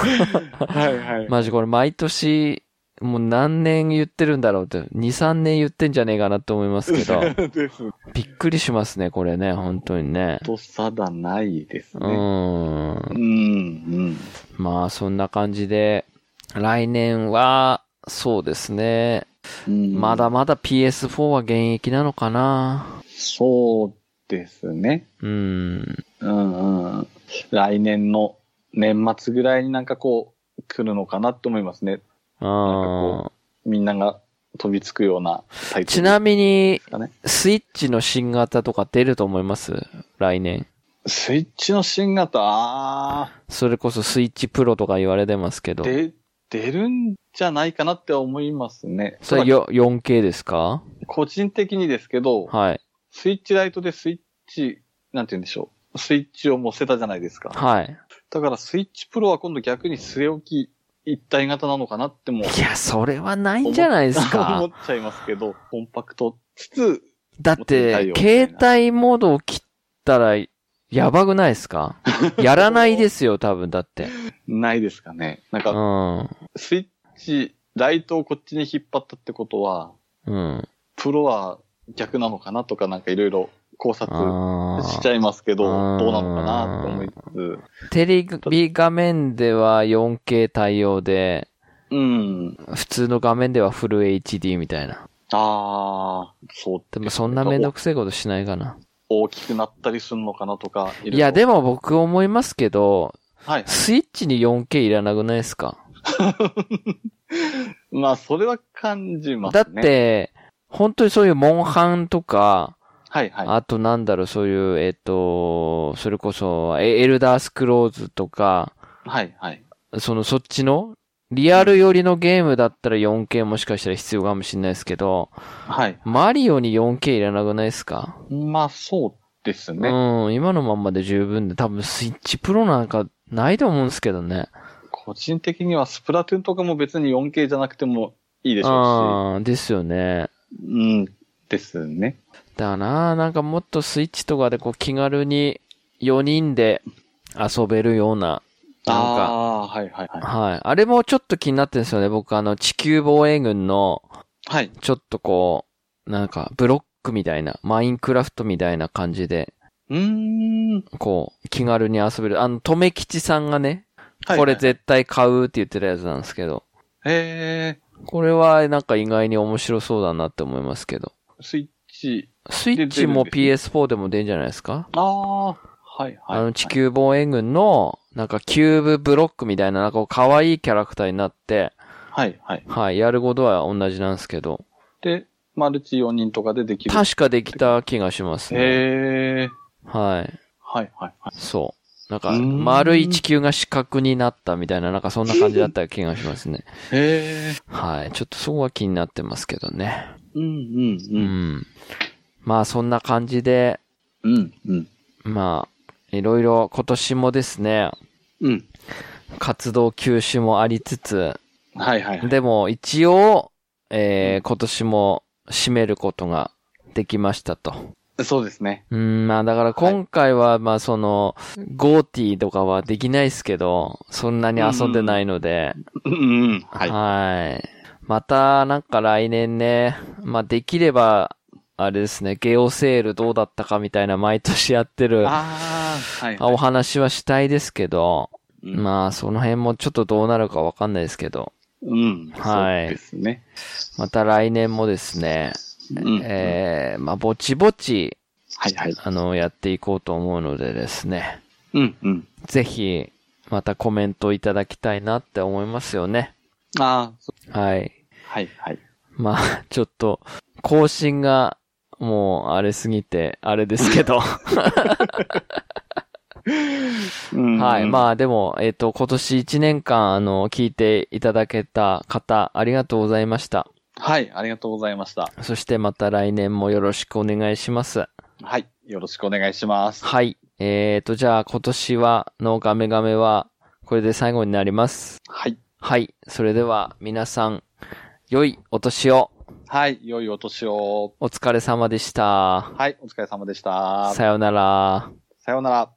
B: いはい。
A: マジこれ毎年、もう何年言ってるんだろうって、2、3年言ってんじゃねえかなと思いますけど、
B: です。
A: びっくりしますね、これね、本当にね。
B: とさだないです
A: う
B: ね。
A: ー。
B: うんん、
A: まあ、そんな感じで、来年は、そうですね。
B: うん。
A: まだ。まだ PS4 は現役なのかな
B: そうですね。
A: うん。
B: うんうん。来年の年末ぐらいになんかこう、来るのかなって思いますね。
A: ああ。
B: みんなが飛びつくようなタイトル
A: ちな
B: で
A: みに、
B: すかね。
A: スイッチの新型とか出ると思います来年。
B: スイッチの新型、あ
A: それこそスイッチプロとか言われてますけ
B: ー
A: ど。
B: で、出るんじゃないかなって思いますね。
A: それ
B: ただ
A: よ 4K ですか
B: 個人的にですけど、
A: はい。
B: スイッチライトでスイッチ、なんて言うんでしょう。スイッチをもう捨てたじゃないですか。
A: はい。
B: だからスイッチプロは今度逆に据え置き一体型なのかなっても。
A: いや、それはないんじゃないです
B: 思っ
A: か。
B: ちゃいますけど、コンパクトつつ、
A: だっ
B: 思って
A: て、
B: みたいよ
A: 携帯モードを切ったら、やばくないです かやらないですよ、多分、だって。
B: ないですかね。なん
A: う
B: か、
A: ん。
B: スイッチ、ライトをこっちに引っ張ったってことは、
A: うん。
B: プロは逆なのかなとかなんかいろいろ考察
A: あー
B: しちゃいますけど、
A: あー
B: どうなのかなと思いつ
A: テレビ画面では 4K 対応で、
B: つ、うん。
A: 普通の画面ではフル HD みたいな。
B: あー、そう。
A: でもそんなめんどくせえことしないかな。
B: 大きくなったりするのかなとか、ろろ
A: いや、でも僕思いますけど、
B: はい。
A: スイッチに 4K いらなくないですか
B: まあ、それは感じます
A: だ
B: ね。
A: って、本当にそういうモンハンとか、
B: はいはい。
A: あとなんだろう、そういう、えっ、と、それこそ、エエルダースクローズとか、
B: はいはい。
A: そのそっちの、リアル寄りのゲームだったら 4K もしかしたら必要かもしれないですけど、
B: はい。
A: マリオに 4K いらなくないですか、
B: まあ、そうですね。
A: うん、今のまんまで十分で、多分スイッチプロなんかないと思うんですけどね。
B: 個人的にはスプラトゥーンとかも別に 4K じゃなくてもいいでしょ
A: ああー、ですよね。
B: うし。うん。ですね。
A: だなあなんかもっとスイッチとかでこう気軽に4人で遊べるような、なんか、
B: ああー、はいはいは
A: はい。あれもちょっと気になってるんですよね。僕あの地球防衛軍の
B: い。はい。
A: ちょっとこう、なんかブロックみたいな、マインクラフトみたいな感じで、
B: うーん。
A: こう気軽に遊べる。あの、とめきちさんがね、
B: はい
A: これ。絶対買うって言ってたやつなんですけど、
B: え
A: これはなんか意外に面白そうだなって思いますけど。
B: ー、スイッチ。
A: スイッチも PS4 でも出んじゃないですか
B: ああ、はいはい。
A: あの地球防衛軍の、なんかキューブブロックみたいな、なんかこう可愛いキャラクターになって、
B: はいはい。
A: はい、やることは同じなんですけど、
B: で、マルチ4人とかでできる。
A: 確かできた気がしますね。
B: えー、
A: はい、
B: はいはいはい。
A: そう。なんか、
B: うーん
A: 丸い地球が四角になったみたいな、なんかそんな感じだった気がします ね。
B: えー、
A: はい、ちょっとそこは気になってますけどね。
B: うんう
A: うんん。まあ、そんな感じで、
B: うん。うんうん。
A: まあ、いろいろ今年もですね、
B: うん。
A: 活動休止もありつつ、
B: はいはいはい。
A: でも一応、えー今年も締めることができましたと。
B: そうですね。
A: うん、まあだから今回は、まあその、ゴーティーとかはできないですけど、そんなに遊んでないので、
B: うんうん。は。
A: はいい。またなんか来年ね、まあできれば、あれですね、ゲオセールどうだったかみたいな毎年やってる
B: ああ、はい、はい。
A: お話はしたいですけど、
B: うん
A: まあその辺もちょっとどうなるかわかんないですけど、
B: うん。
A: はい
B: そうですね。
A: また来年もですね、
B: うん
A: えーまあ、ぼちぼち、
B: はいはい。
A: あの、やっていこうと思うのでですね、
B: うんうん。
A: ぜひ、またコメントいただきたいなって思いますよね。
B: ああ、そ
A: はい。
B: はい、はい。
A: まあ、 ちょっと、更新が、もう、あれすぎて、あれですけど。
B: うん
A: はい。
B: あ。
A: まあ、でも、えっ、と、今年1年間、あの、聞いていただけた方、ありがとうございました。
B: はい、ありがとうございました。
A: そしてまた来年もよろしくお願いします。
B: はい、よろしくお願いします。
A: はい。えっ、と、じゃあ、今年は、のガメガメは、これで最後になります。
B: はい、
A: はい。それでは、皆さん、良いお年を。
B: はい、良いお年を。
A: お疲れ様でした。
B: はい、お疲れ様でした。
A: さようなら。
B: さようなら。